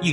一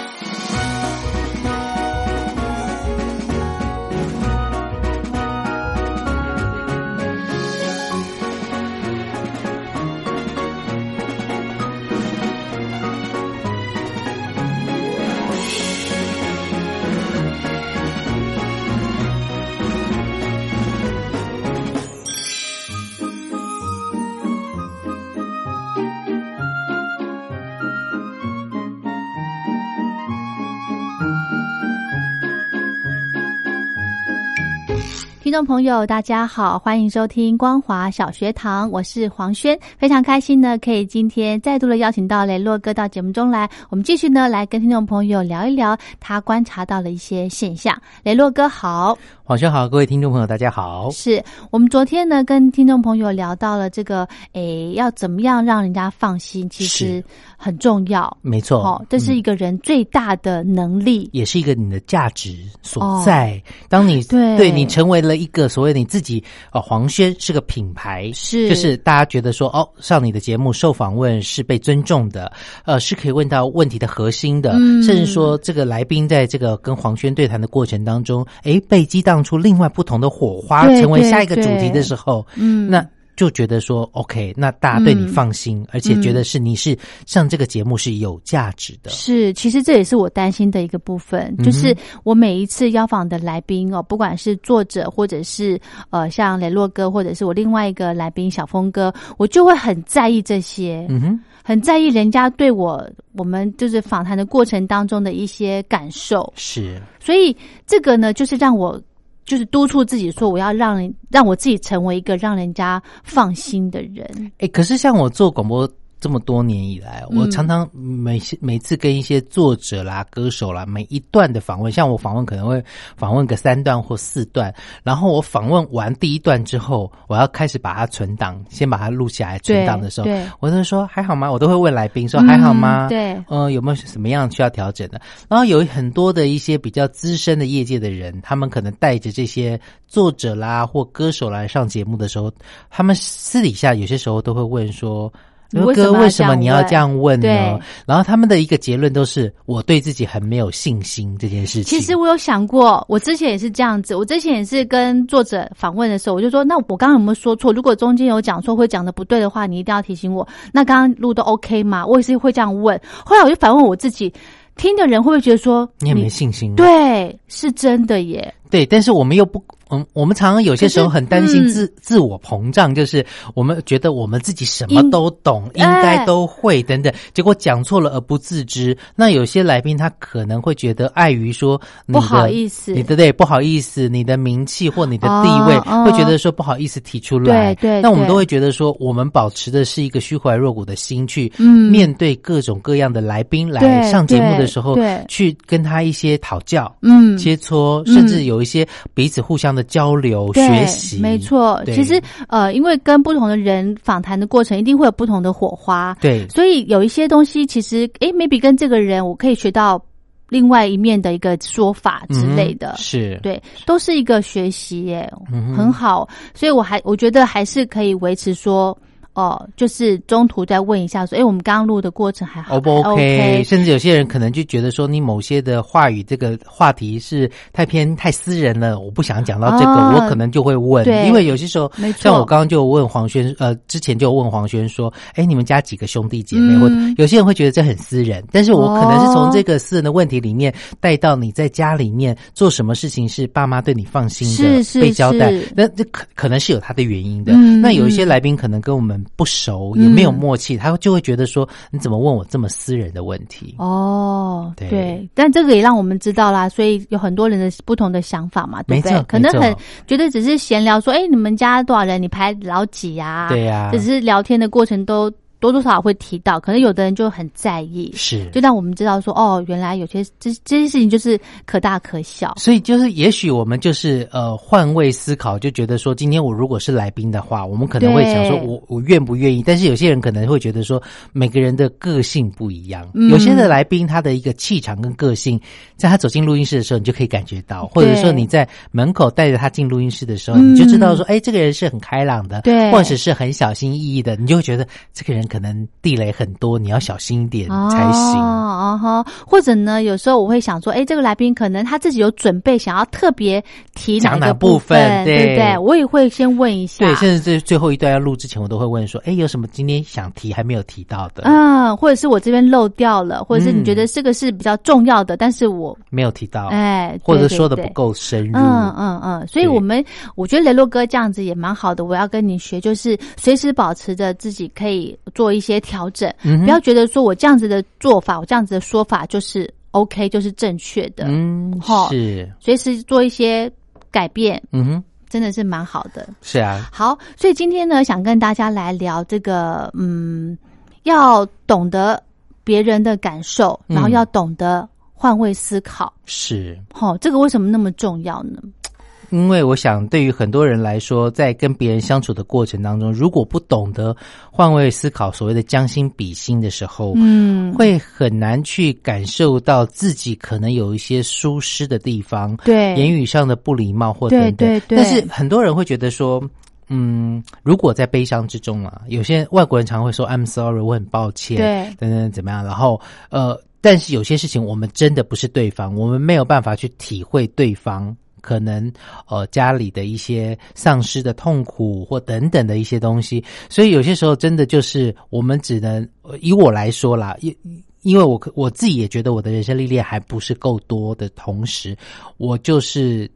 听众朋友，大家好，欢迎收听光华小学堂，我是黄轩，非常开心呢，可以今天再度的邀请到雷洛哥到节目中来，我们继续呢来跟听众朋友聊一聊他观察到的一些现象。雷洛哥好，晚上好，各位听众朋友，大家好。是我们昨天呢跟听众朋友聊到了这个，诶，要怎么样让人家放心，其实是很重要，没错，嗯哦，这是一个人最大的能力。也是一个你的价值所在。当你哦对你成为了一个所谓你自己，呃，黄轩是个品牌，是就是大家觉得说，哦，上你的节目受访问是被尊重的，呃，是可以问到问题的核心的，嗯甚至说这个来宾在这个跟黄轩对谈的过程当中，诶，被激荡出另外不同的火花，对成为对下一个主对题的时候，嗯那。就觉得说 OK，那大家对你放心，而且觉得是你是上这个节目是有价值的，嗯嗯是，其实这也是我担心的一个部分，就是我每一次邀访的来宾哦，不管是作者或者是呃像雷洛哥，或者是我另外一个来宾小峰哥，我就会很在意这些，嗯哼。很在意人家对我我们就是访谈的过程当中的一些感受，是，所以这个呢，就是让我。就是督促自己说，我要让人让我自己成为一个让人家放心的人。哎，可是像我做广播这么多年以来，嗯我常常每次每次跟一些作者啦、歌手啦，每一段的访问，像我访问可能会访问个三段或四段，然后我访问完第一段之后，我要开始把它存档，先把它录下来存对档的时候，对，我都说还好吗？我都会问来宾说还好吗？嗯对，呃，有没有什么样需要调整的？然后有很多的一些比较资深的业界的人，他们可能带着这些作者啦或歌手来上节目的时候，他们私底下有些时候都会问说。你刘为什哥，么要为什么你要这这样样问呢对？然后他们的一个结论都是我对自己很没有信心这件事情。其实我有想过，我之前也是这样子。我之前也是跟作者访问的时候，我就说，那我刚刚有没有说错？如果中间有讲错或讲的不对的话，你一定要提醒我。那刚刚录的 OK 吗？我也是会这样问。后来我就反问我自己，听的人会不会觉得说，你也没信心，对，是真的耶？对，但是我们又不，嗯，我们常常有些时候可是很担心嗯自、自我膨胀，就是我们觉得我们自己什么都懂，应哎应该都会等等，结果讲错了而不自知。那有些来宾他可能会觉得碍于说你不的好意思你的对不好意思，你的名气或你的地位，哦哦会觉得说不好意思提出来。对对那我们对都会觉得说，我们保持的是一个虚怀若谷的心去、嗯面对各种各样的来宾来对上节目对的时候对，去跟他一些讨教。嗯，切磋，嗯甚至有一些彼此互相的交流、对学习。没，错。对其实呃，因为跟不同的人访谈的过程，一定会有不同的火花。对，所以有一些东西，其实诶 m a y b e 跟这个人我可以学到另外一面的一个说法之类的。嗯是，对，都是一个学习耶，嗯哼很好。所以我还我觉得还是可以维持说，哦，就是中途再问一下说，哎，我们刚刚录的过程还好 O 哦不 o k 甚至有些人可能就觉得说，你某些的话语这个话题是太偏太私人了，我不想讲到这个，啊我可能就会问，对因为有些时候没，错像我刚刚就问黄轩，呃，之前就问黄轩说，哎，你们家几个兄弟姐妹？嗯或者有些人会觉得这很私人，但是我可能是从这个私人的问题里面带到你在家里面做什么事情是爸妈对你放心的，是是被交代是，那这可可能是有他的原因的。嗯那有一些嗯来宾可能跟我们不熟，也没有默契，他就会觉得说，你怎么问我这么私人的问题？哦，对对，但这个也让我们知道啦，所以有很多人的不同的想法嘛，对不没对错？可能没很错觉得只是闲聊，说，哎，你们家多少人？你排老几啊呀、对呀、只是聊天的过程都多多少少会提到，可能有的人就很在意，是就让我们知道说，哦，原来有些这这些事情就是可大可小。所以就是，也许我们就是呃换位思考，就觉得说，今天我如果是来宾的话，我们可能会想说对我我愿不愿意？但是有些人可能会觉得说，每个人的个性不一样，嗯有些的来宾他的一个气场跟个性，在他走进录音室的时候，你就可以感觉到，或者说你在门口带着他进录音室的时候，嗯你就知道说，哎，这个人是很开朗的，对或者是很小心翼翼的，你就会觉得这个人可能地雷很多，你要小心一点才行。哦，哦哈，或者呢，有时候我会想说，哎，这个来宾可能他自己有准备，想要特别提讲哪哪个部分分，对不对对？我也会先问一下，对，甚至最最后一段要录之前，我都会问说：“哎，有什么今天想提还没有提到的？嗯，或者是我这边漏掉了，或者是你嗯觉得这个是比较重要的，但是我没有提到，哎，或者对对说的对不够深入。嗯嗯嗯，所以我们我觉得雷洛哥这样子也蛮好的，我要跟你学，就是随时保持着自己可以做一些调整，嗯哼不要觉得说我这样子的做法，我这样子的说法就是 OK，就是正确的，嗯吼是，随时做一些改变，嗯哼，真的是蛮好的。是啊，好，所以今天呢，想跟大家来聊这个，嗯，要懂得别人的感受，嗯然后要懂得换位思考。是。哦，这个为什么那么重要呢？因为我想，对于很多人来说，在跟别人相处的过程当中，如果不懂得换位思考，所谓的将心比心的时候，嗯，会很难去感受到自己可能有一些疏失的地方，对，言语上的不礼貌或等等。对对对但是很多人会觉得说，嗯，如果在悲伤之中啊，有些外国人常会说 “I'm sorry”，我很抱歉，对等等怎么样，然后呃，但是有些事情我们真的不是对方，我们没有办法去体会对方。可能呃家里的一些丧失的痛苦或等等的一些东西，所以有些时候真的就是我们只能呃以我来说啦，因因为我可我自己也觉得我的人生历练还不是够多的同时，我就是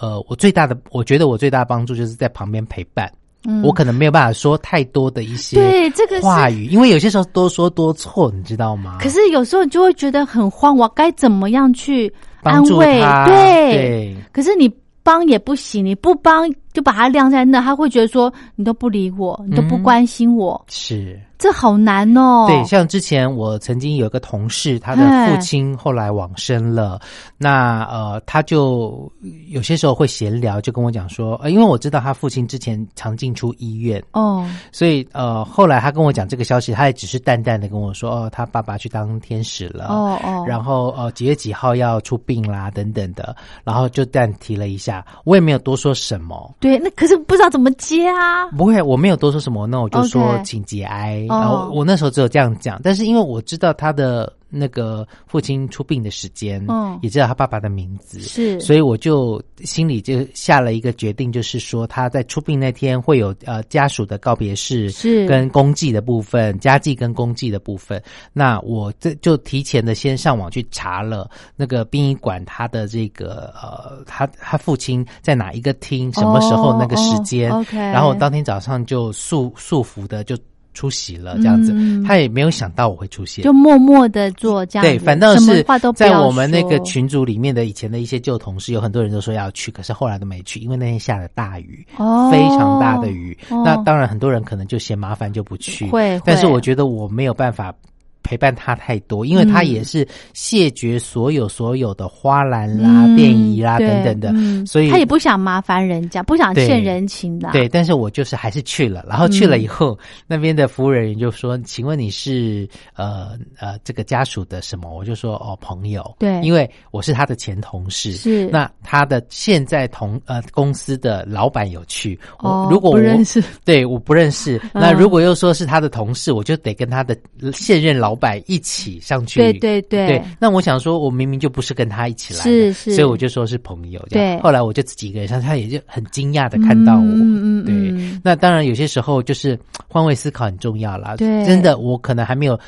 呃，我最大的我觉得我最大的帮助就是在旁边陪伴，嗯我可能没有办法说太多的一些对这个是。话语，因为有些时候多说多错，你知道吗？可是有时候你就会觉得很慌，我该怎么样去安帮助慰？他，对，对可是你帮也不行，你不帮就把他晾在那，他会觉得说你都不理我，你都不嗯关心我，是。这好难哦。嗯哎对，像之前我曾经有一个同事，他的父亲后来往生了，那呃，他就有些时候会闲聊，就跟我讲说，呃，因为我知道他父亲之前常进出医院，哦，所以呃，后来他跟我讲这个消息，他也只是淡淡的跟我说，哦，他爸爸去当天使了，哦哦，啊然后呃几月几号要出殡啦等等的，然后就但提了一下，我也没有多说什么。对，那可是不知道怎么接啊。不会，我没有多说什么，那我就说 OK 请节哀。哦然后我那时候只有这样讲，但是因为我知道他的那个父亲出殡的时间，嗯也知道他爸爸的名字，是，所以我就心里就下了一个决定，就是说他在出殡那天会有呃家属的告别式，是跟公祭的部分，家祭跟公祭的部分。那我这就提前的先上网去查了那个殡仪馆他的这个呃他他父亲在哪一个厅，什么时候那个时间、哦哦，OK 然后我当天早上就束束缚的就出席了，这样子、嗯他也没有想到我会出现，就默默的做这样子，对，反倒什么是话都不在要我们那个说群组里面的以前的一些旧同事，有很多人都说要去，可是后来都没去，因为那天下了大雨，哦非常大的雨。哦那当然，很多人可能就嫌麻烦就不去。会，但是会我觉得我没有办法。陪伴他太多，因为嗯他也是谢绝所有所有的花篮啦、嗯电仪啦对等等的，嗯所以他也不想麻烦人家，不想对欠人情的。对，但是我就是还是去了，然后去了以后，嗯那边的服务人员就说：“请问你是呃呃这个家属的什么？”我就说：“哦，朋友。”对因为我是他的前同事，是那他的现在同呃公司的老板有去，我、哦如果不我认识，嗯对我不认识，那如果又说是他的同事，我就得跟他的现任老板一起上去，对对对对，那我想说，我明明就不是跟他一起来的，是是所以我就说是朋友。这样对后来我就自己一个人上，他也就很惊讶的看到我。嗯嗯嗯对，那当然有些时候就是嘖换位思考很重要啦。对真的，我可能还没有。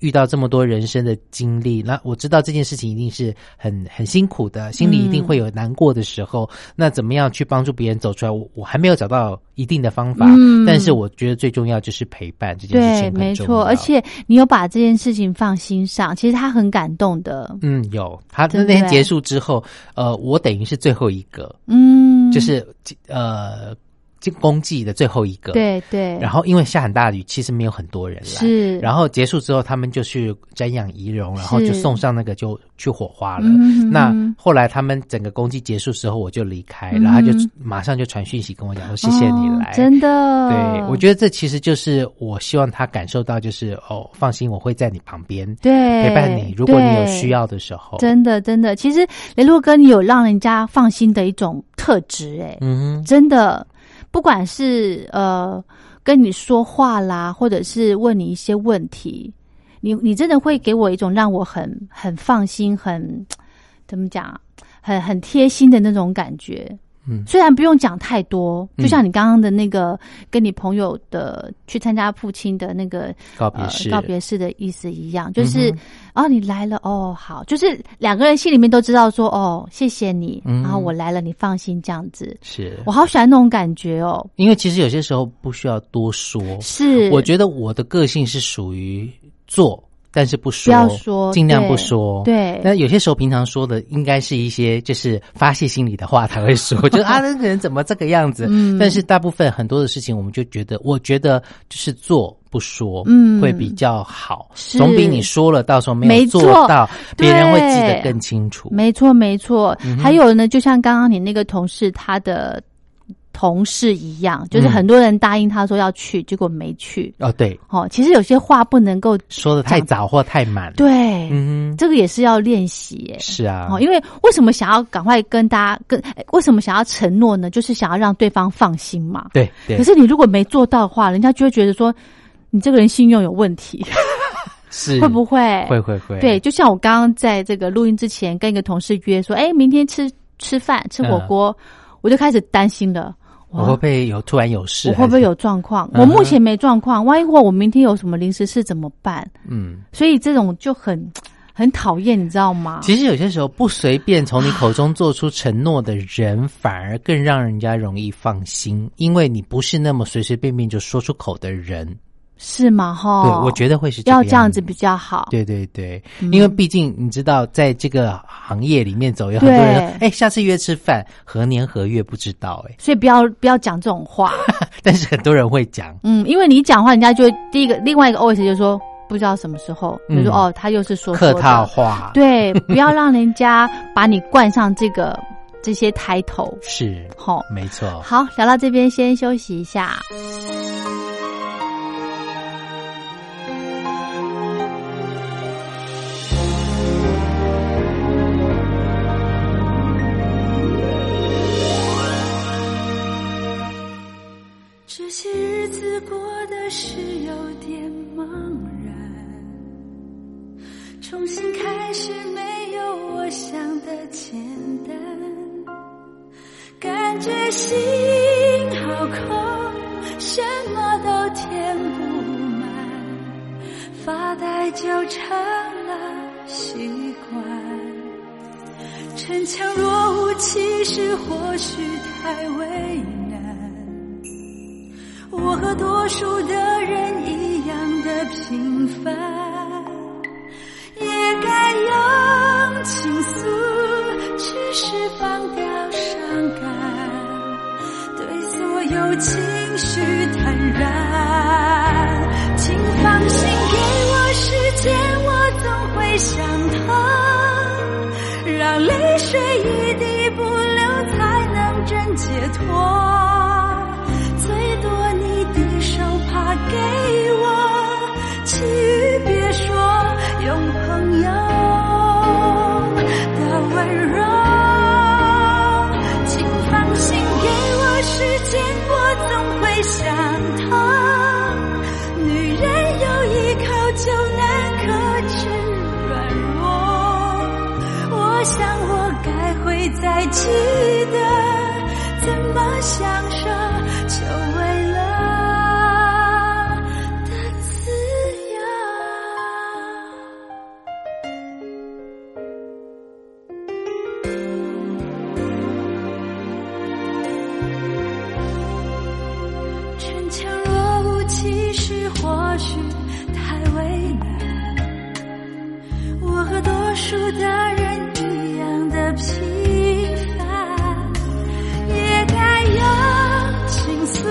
遇到这么多人生的经历，那我知道这件事情一定是很很辛苦的，心里一定会有难过的时候。嗯那怎么样去帮助别人走出来？我我还没有找到一定的方法，嗯但是我觉得最重要就是陪伴这件事情对，很没重错，要而且你有把这件事情放心上，其实他很感动的。嗯，有他对那不对天结束之后，呃，我等于是最后一个，嗯，就是呃，进公祭的最后一个。。对对，然后因为下很大的雨，其实没有很多人来。。是，然后结束之后，他们就去瞻仰仪容，然后是就送上那个就去火化了。嗯那嗯后来他们整个公祭结束之后，我就离开，嗯然后他就马上就传讯息跟我讲说：“谢谢你来。哦真的。对，我觉得这其实就是我希望他感受到，就是哦，放心，我会在你旁边对陪伴你，如果你有对需要的时候。真的，真的，其实雷洛哥，你有让人家放心的一种特质、哎、嗯哼，真的，不管是呃跟你说话啦，或者是问你一些问题，你你真的会给我一种让我很很放心、很怎么讲啊，很很贴心的那种感觉。嗯虽然不用讲太多，就嗯像你刚刚的那个跟你朋友的去参加父亲的那个告别式，呃、告别式的意思一样，就是、嗯哦，你来了，哦，好，就是两个人心里面都知道说，哦，谢谢你，嗯然后我来了，你放心，这样子，是我好喜欢那种感觉哦，因为其实有些时候不需要多说，是，我觉得我的个性是属于做，但是不不说，要说尽量对不说，对那有些时候平常说的应该是一些就是发泄心里的话才会 说，就是啊那个人怎么这个样子？嗯但是大部分很多的事情，我们就觉得，我觉得就是做不说，嗯会比较好，是总比你说了到时候没没有做到，对别人会记得更清楚。没错，没错。嗯还有呢，就像刚刚你那个同事他的同事一样，就是嗯很多人答应他说要去，结果没去。哦，对，哦，其实有些话不能够说的太早或太满，，对，嗯这个也是要练习耶哼，。是啊，哦，因为为什么想要赶快跟大家跟哎为什么想要承诺呢？就是想要让对方放心嘛。对对，可是你如果没做到的话，人家就会觉得说你这个人信用有问题，是会不会？会会会，对，就像我刚刚在这个录音之前跟一个同事约说，哎，明天吃吃饭吃火锅，我就开始担心了，嗯我会不会有突然有事？我会不会有状况？嗯哼我目前没状况，万一我我明天有什么临时事怎么办？还是？嗯，所以这种就很很讨厌，你知道吗？其实有些时候不随便从你口中做出承诺的人，反而更让人家容易放心，因为你不是那么随随便便就说出口的人。是吗？哈，对，我觉得会是哦要个这样样子。比较嗯好。对对对，因为毕竟你知道，在这个行业里面走，有很多对人说，哎，下次约吃饭，何年何月不知道，哎，所以不要不要讲这种话，但是很多人会讲， 嗯，因为你讲话，人家就会第一个另外一个 OS 就说不知道什么时候，比嗯如说哦，他又是说客说的套，话，，对，不要让人家把你冠上这 个这些抬头，是，吼。没错。好，聊到这边先休息一下。这些日子过得是有点茫然，重新开始没有我想的简单，感觉心好空，什么都填不满，发呆就成了习惯。逞强若无其事，或许太为难。我和多数的人一样的平凡，也该用倾诉去释放掉伤感。对所有情绪坦然，请放心给我时间，解脱。最多你的手帕给我，其余别说用朋友的温柔。请放心给我时间，我总会想通。女人有依靠就难克制软弱，我想我该会再记得怎么享受久违了的自由。逞强若无其事，或许太为难。我和多数的人一样的平凡，也该用倾诉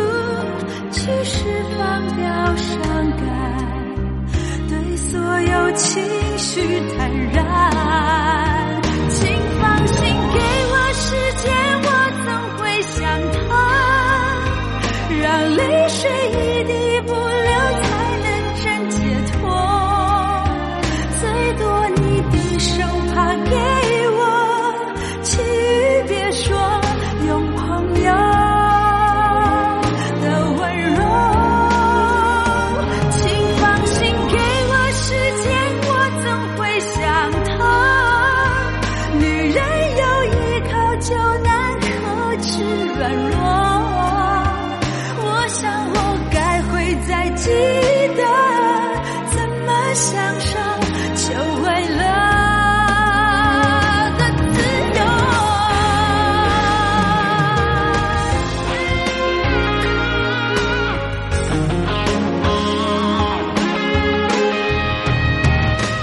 去释放掉伤感，对所有情绪坦然。请放心，给我时间，我总会想通。让泪水一滴不流，才能真解脱。最多你的手帕给我，其余别说用朋友的温柔。请放心，给我时间，我总会想通。女人有依靠就难克制软弱，我想我该会再记得怎么享受久违了的自由。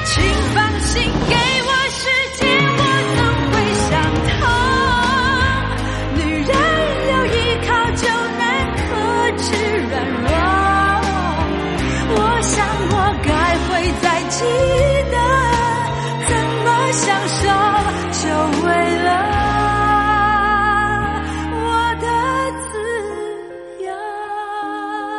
请放心，给我时间，我总会想通。女人有依靠就难克制软弱，我想我该会再记得怎么享受久违了我的自由。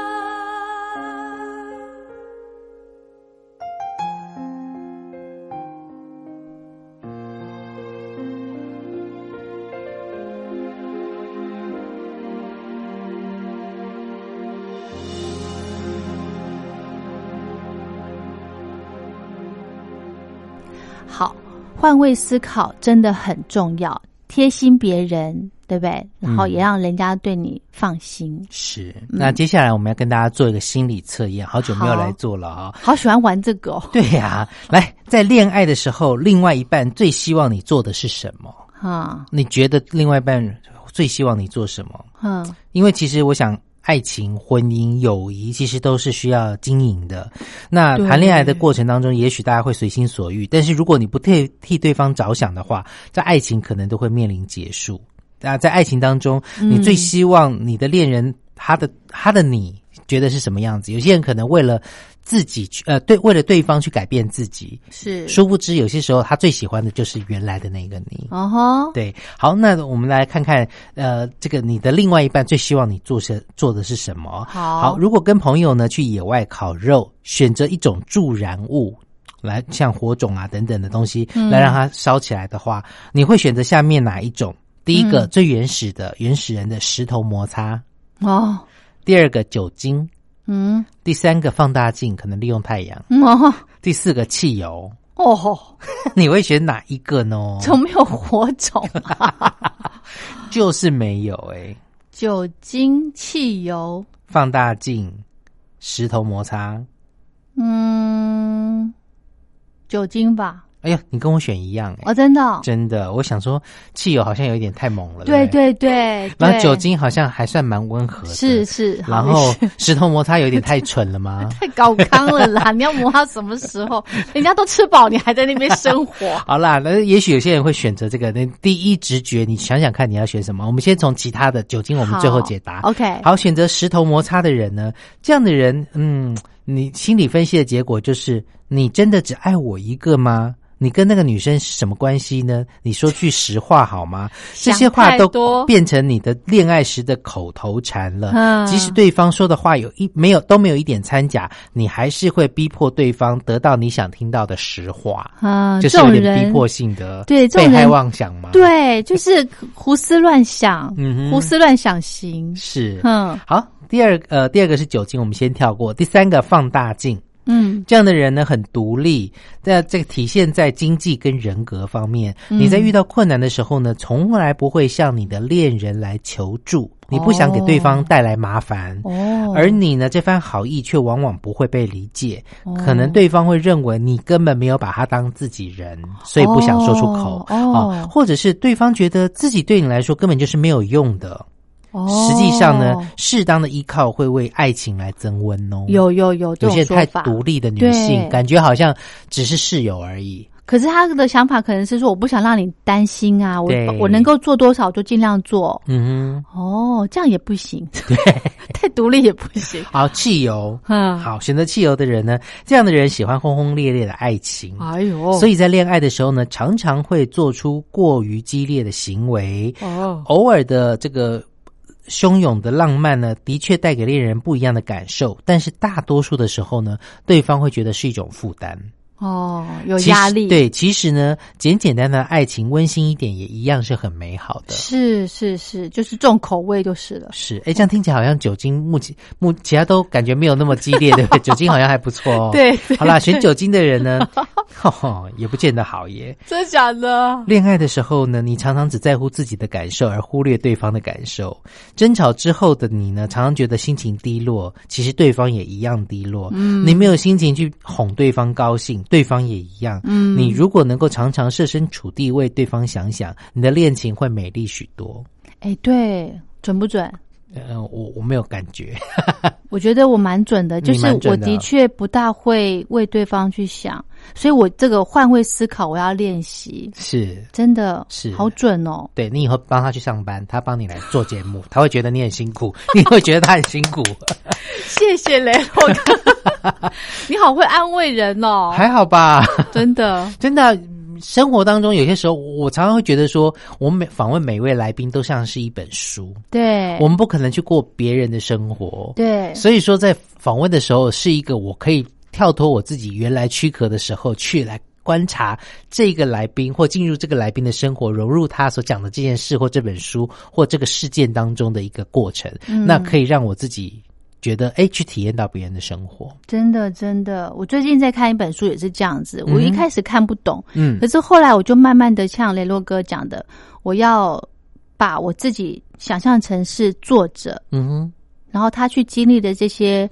好，换位思考真的很重要，贴心别人，对不对？然后也让人家对你放心。是，那接下来我们要跟大家做一个心理测验，好久没有好来做了啊、好喜欢玩这个哦，对呀、来，在恋爱的时候，另外一半最希望你做的是什么？啊，你觉得另外一半最希望你做什么？嗯，因为其实我想，爱情、婚姻、友谊其实都是需要经营的。那对谈恋爱的过程当中，也许大家会随心所欲，但是如果你不替替对方着想的话，在爱情可能都会面临结束。那在爱情当中，你嗯最希望你的恋人他的他的你觉得是什么样子？有些人可能为了自己去呃对为了对方去改变自己，是，殊不知有些时候他最喜欢的就是原来的那个你。哦吼，对，好，那我们来看看，呃，这个你的另外一半最希望你做些做的是什么？好如果跟朋友呢去野外烤肉，选择一种助燃物。来，像火种啊等等的东西，来让它烧起来的话，你会选择下面哪一种？第一个、最原始的原始人的石头摩擦，哦，第二个酒精，嗯，第三个放大镜，可能利用太阳，嗯哦吼，第四个汽油， 哦吼，你会选哪一个呢？怎么没有火种啊？就是没有哎、酒精、汽油，放大镜、石头摩擦。嗯，酒精吧，哎呀，你跟我选一样哎、哦，真的哦，真的，我想说汽油好像有一点太猛了，对不对。对对，然后对酒精好像还算蛮温和的，是。是，好 然后石头摩擦有点太蠢了吗？太高康了 啦！你要磨到什么时候？人家都吃饱，你还在那边生 活好啦，那也许有些人会选择这个。那第一直觉，你想想看，你要选什么？我们先从其他的酒精，我们最后解答。好，OK 啊好，选择石头摩擦的人呢？这样的人，嗯，你心理分析的结果就是，你真的只爱我一个吗？你跟那个女生是什么关系呢？你说句实话 好吗？这些话想太多都变成你的恋爱时的口头禅了。嗯即使对方说的话有一没有都没有一点掺假，你还是会逼迫对方得到你想听到的实话，啊，就这是有种点逼人迫性的对这种被害人妄想嘛。，对，就是胡思乱想，嗯哼胡思乱想型，是。嗯好，第二呃第二个是酒精，我们先跳过。第三个放大镜。嗯这样的人呢，很独立，那这个体现在经济跟人格方面。嗯你在遇到困难的时候呢，从来不会向你的恋人来求助，你不想给对方带来麻烦。哦，而你呢，这番好意却往往不会被理解，哦可能对方会认为你根本没有把他当自己人，所以不想说出口啊哦哦或者是对方觉得自己对你来说根本就是没有用的。哦实际上呢，适当的依靠会为爱情来增温哦。有有有这有种些说太法，独立的女对性，感觉好像只是室友而已。可是他的想法可能是说，我不想让你担心啊，我对我能够做多少就尽量做。嗯哦，这样也不行，对， 太独立也不行哼，。好，汽油，嗯，，好，选择汽油的人呢，这样的人喜欢轰轰烈烈的爱情。哎呦，所以以在恋爱的时候呢，常常会做出过于激烈的行为，哦，偶尔的这个汹涌的浪漫呢，的确带给恋人不一样的感受，但是大多数的时候呢，对方会觉得是一种负担。哦，有其实压力，，对，其实呢，简简单单的爱情，温馨一点也一样是很美好的。是是是，就是重口味就是了。是，哎，这样听起来好像酒精目前目其他都感觉没有那么激烈，对不 对？酒精好像还不错哦。对对好啦，选酒精的 人呢，吼吼，也不见得好耶。真假的？恋爱的时候呢，你常常只在乎自己的感受，而忽略对方的感受。争吵之后的你呢，常常觉得心情低落，其实对方也一样低落。嗯，你没有心情去哄对方高兴，对方也一样。嗯，你如果能够常常设身处地为对方想想，你的恋情会美丽许多。哎，对，准不准？嗯、我我没有感觉。我觉得我蛮准的，就你是嗯蛮我准的的确不大会为对方去想，所以我这个换位思考我要练习， 是，真的是好准哦。对你以后帮他去上班，他帮你来做节目，他会觉得你很辛苦，你会觉得他很辛苦。谢谢雷 洛哥，你好会安慰人哦，还好吧？真的。真的，嗯生活当中有些时候，我常常会觉得说，我每访问每位来宾都像是一本书，对，我们不可能去过别人的生活。对，所以说，在访问的时候，是一个我可以跳脱我自己原来躯壳的时候，去来观察这个来宾，或进入这个来宾的生活，融入他所讲的这件事或这本书或这个事件当中的一个过程。嗯那可以让我自己觉得，哎，去体验到别人的生活。真的真的，我最近在看一本书也是这样子，我嗯一开始看不懂，嗯可是后来我就慢慢的像雷洛哥讲的，我要把我自己想象成是作者，嗯哼，然后他去经历的这些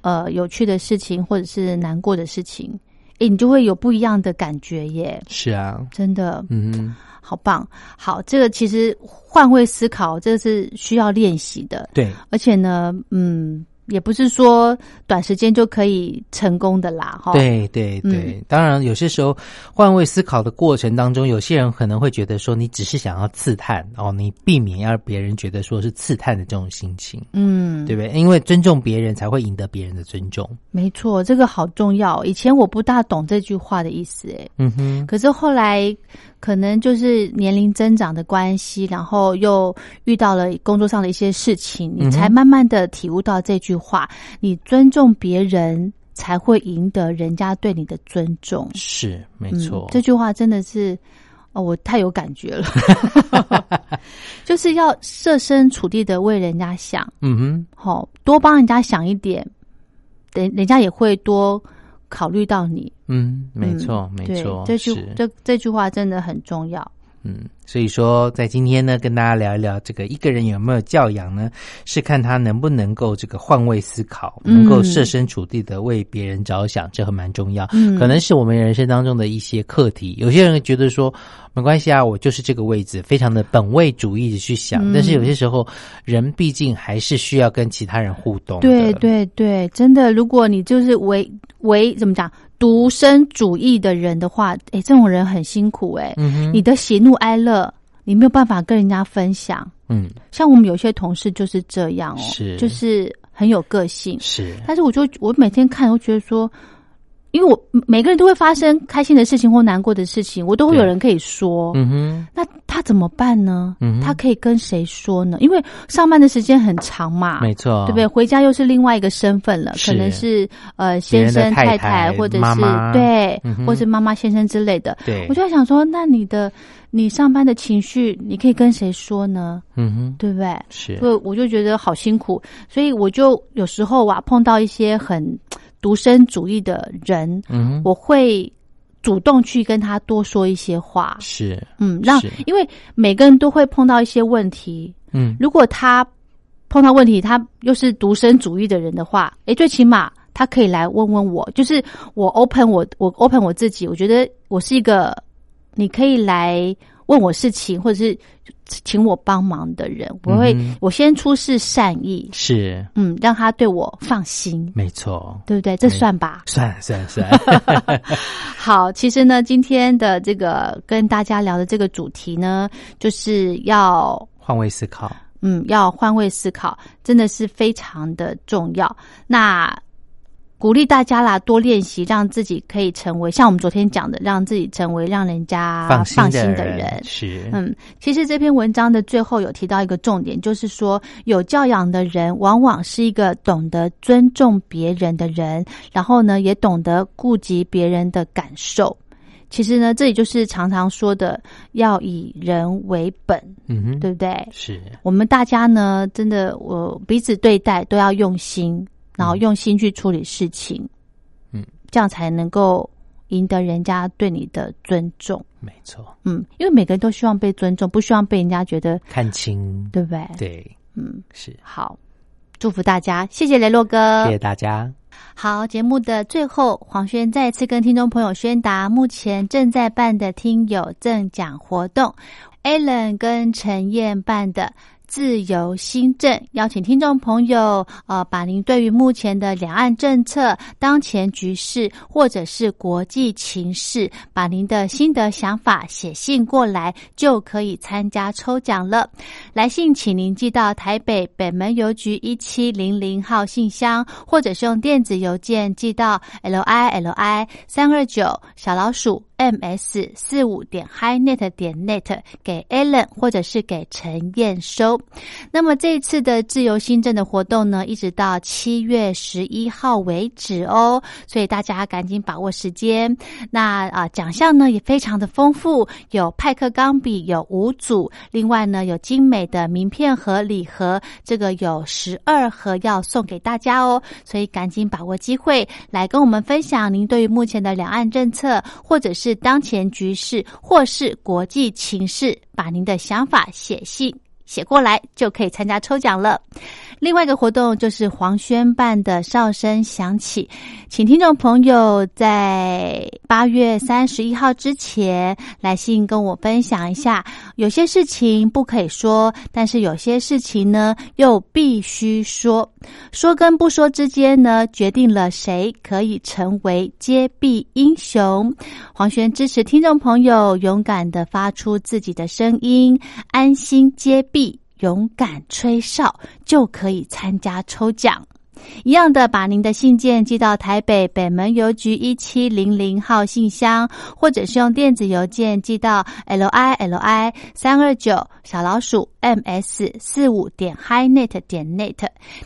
呃有趣的事情或者是难过的事情，诶，你就会有不一样的感觉耶，是啊，真的嗯哼，好棒。好，这个其实换位思考，这是需要练习的，对，而且呢，嗯，也不是说短时间就可以成功的啦，哈。。对对对，嗯当然有些时候换位思考的过程当中，有些人可能会觉得说你只是想要刺探哦，你避免让别人觉得说是刺探的这种心情，嗯，对不对？因为尊重别人才会赢得别人的尊重。没错，这个好重要。以前我不大懂这句话的意思，诶，嗯哼，可是后来可能就是年龄增长的关系，然后又遇到了工作上的一些事情，你嗯哼才慢慢的体悟到这句话：你尊重别人，才会赢得人家对你的尊重。是没嗯错，这句话真的是。哦，我太有感觉 了， 就是要设身处地的为人家想，嗯哼，好、多帮人家想一点，人人家也会多考虑到你。嗯，没嗯错，没对错，这句是这这句话真的很重要。嗯，所以说，在今天呢，跟大家聊一聊这个一个人有没有教养呢，是看他能不能够这个换位思考，嗯能够设身处地的为别人着想，这很蛮重要。嗯可能是我们人生当中的一些课题。有些人觉得说，没关系啊，我就是这个位置，非常的本位主义的去想。嗯但是有些时候，人毕竟还是需要跟其他人互动的。对对对，真的，如果你就是唯唯怎么讲独身主义的人的话，诶，这种人很辛苦诶，嗯哼，你的喜怒哀乐你没有办法跟人家分享。嗯像我们有些同事就是这样哦，是就是很有个性，是但是我就我每天看都觉得说，因为我每个人都会发生开心的事情或难过的事情，我都会有对人可以说。嗯哼，那他怎么办呢？嗯哼他可以跟谁说呢？因为上班的时间很长嘛，没错，对不对？？回家又是另外一个身份了，是可能是呃别先人的生、太太太或者是妈妈对，嗯哼或是妈妈、先生之类的。对，我就在想说，那你的你上班的情绪，你可以跟谁说呢？嗯哼，对不对？是，所以我就觉得好辛苦，所以我就有时候啊碰到一些很独身主义的人，嗯哼，我会主动去跟他多说一些话，是，嗯，让是因为每个人都会碰到一些问题，嗯，如果他碰到问题，他又是独身主义的人的话，诶，最起码他可以来问问我，就是我 open 我我 open 我自己，我觉得我是一个你可以来问我事情，或者是请我帮忙的人，我会、嗯哼我先出示善意，是，嗯，让他对我放心。没错。对不对？这算吧。算算 算，好，其实呢，今天的这个跟大家聊的这个主题呢，就是要换位思考，嗯，要换位思考，真的是非常的重要。那鼓励大家啦，多练习，让自己可以成为像我们昨天讲的，让自己成为让人家放心啊心人的人。是，嗯，其实这篇文章的最后有提到一个重点，就是说有教养的人往往是一个懂得尊重别人的人，然后呢，也懂得顾及别人的感受。其实呢，这也就是常常说的要以人为本，嗯哼，对，不对？是，我们大家呢，真的，我彼此对待都要用心，然后用心去处理事情，嗯，这样才能够赢得人家对你的尊重，没错，嗯，因为每个人都希望被尊重，不希望被人家觉得，看清，对不对？，对，嗯，是，好，祝福大家，谢谢雷洛哥，谢谢大家，好，节目的最后，黄轩再次跟听众朋友宣达，目前正在办的听友赠奖活动，Allen 跟陈燕办的。自由新政邀请听众朋友，呃，把您对于目前的两岸政策、当前局势或者是国际情势，把您的心得想法写信过来，就可以参加抽奖了。来信请您寄到台北北门邮局一七零零号信箱，或者是用电子邮件寄到 l i l i 三二九小老鼠 m s 四五点 highnet E 点 net 给 Allen 或者是给陈燕收。那么这一次的自由新政的活动呢，一直到七月十一号为止哦，所以大家赶紧把握时间。那啊、呃奖项呢也非常的丰富，有派克钢笔有五组，另外呢有精美的名片盒礼盒，这个有十二盒要送给大家哦，所以赶紧把握机会来跟我们分享您对于目前的两岸政策，或者是当前局势，或是国际情势，把您的想法写信写过来，就可以参加抽奖了。另外一个活动就是黄轩办的《哨声响起》，请听众朋友在八月三十一号之前来信跟我分享一下，有些事情不可以说，但是有些事情呢又必须说。说跟不说之间呢，决定了谁可以成为揭臂英雄。黄轩支持听众朋友勇敢的发出自己的声音，安心揭臂，勇敢吹哨，就可以参加抽奖。一样的，把您的信件寄到台北北门邮局一七零零号信箱，或者是用电子邮件寄到 l i l i 三二九小老鼠 m s 四五点 highnet E 点 net。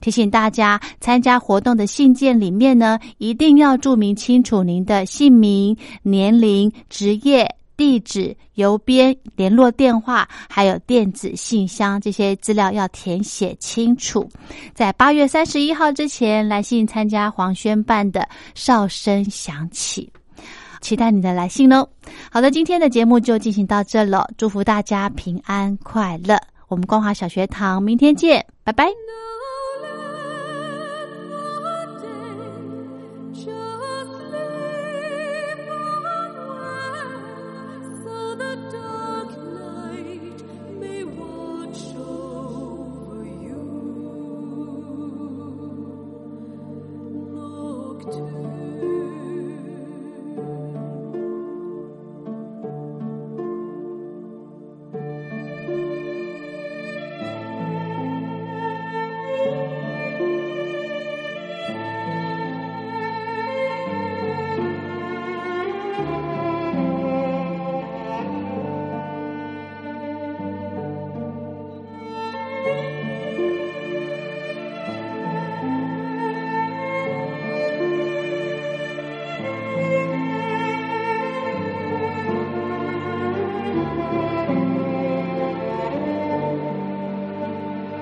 提醒大家，参加活动的信件里面呢，一定要注明清楚您的姓名、年龄、职业。地址、邮编、联络电话，还有电子信箱这些资料要填写清楚。在八月三十一号之前来信参加黄轩办的《哨声响起》，期待你的来信喽。好的，今天的节目就进行到这了，祝福大家平安快乐。我们光华小学堂明天见，拜拜。 No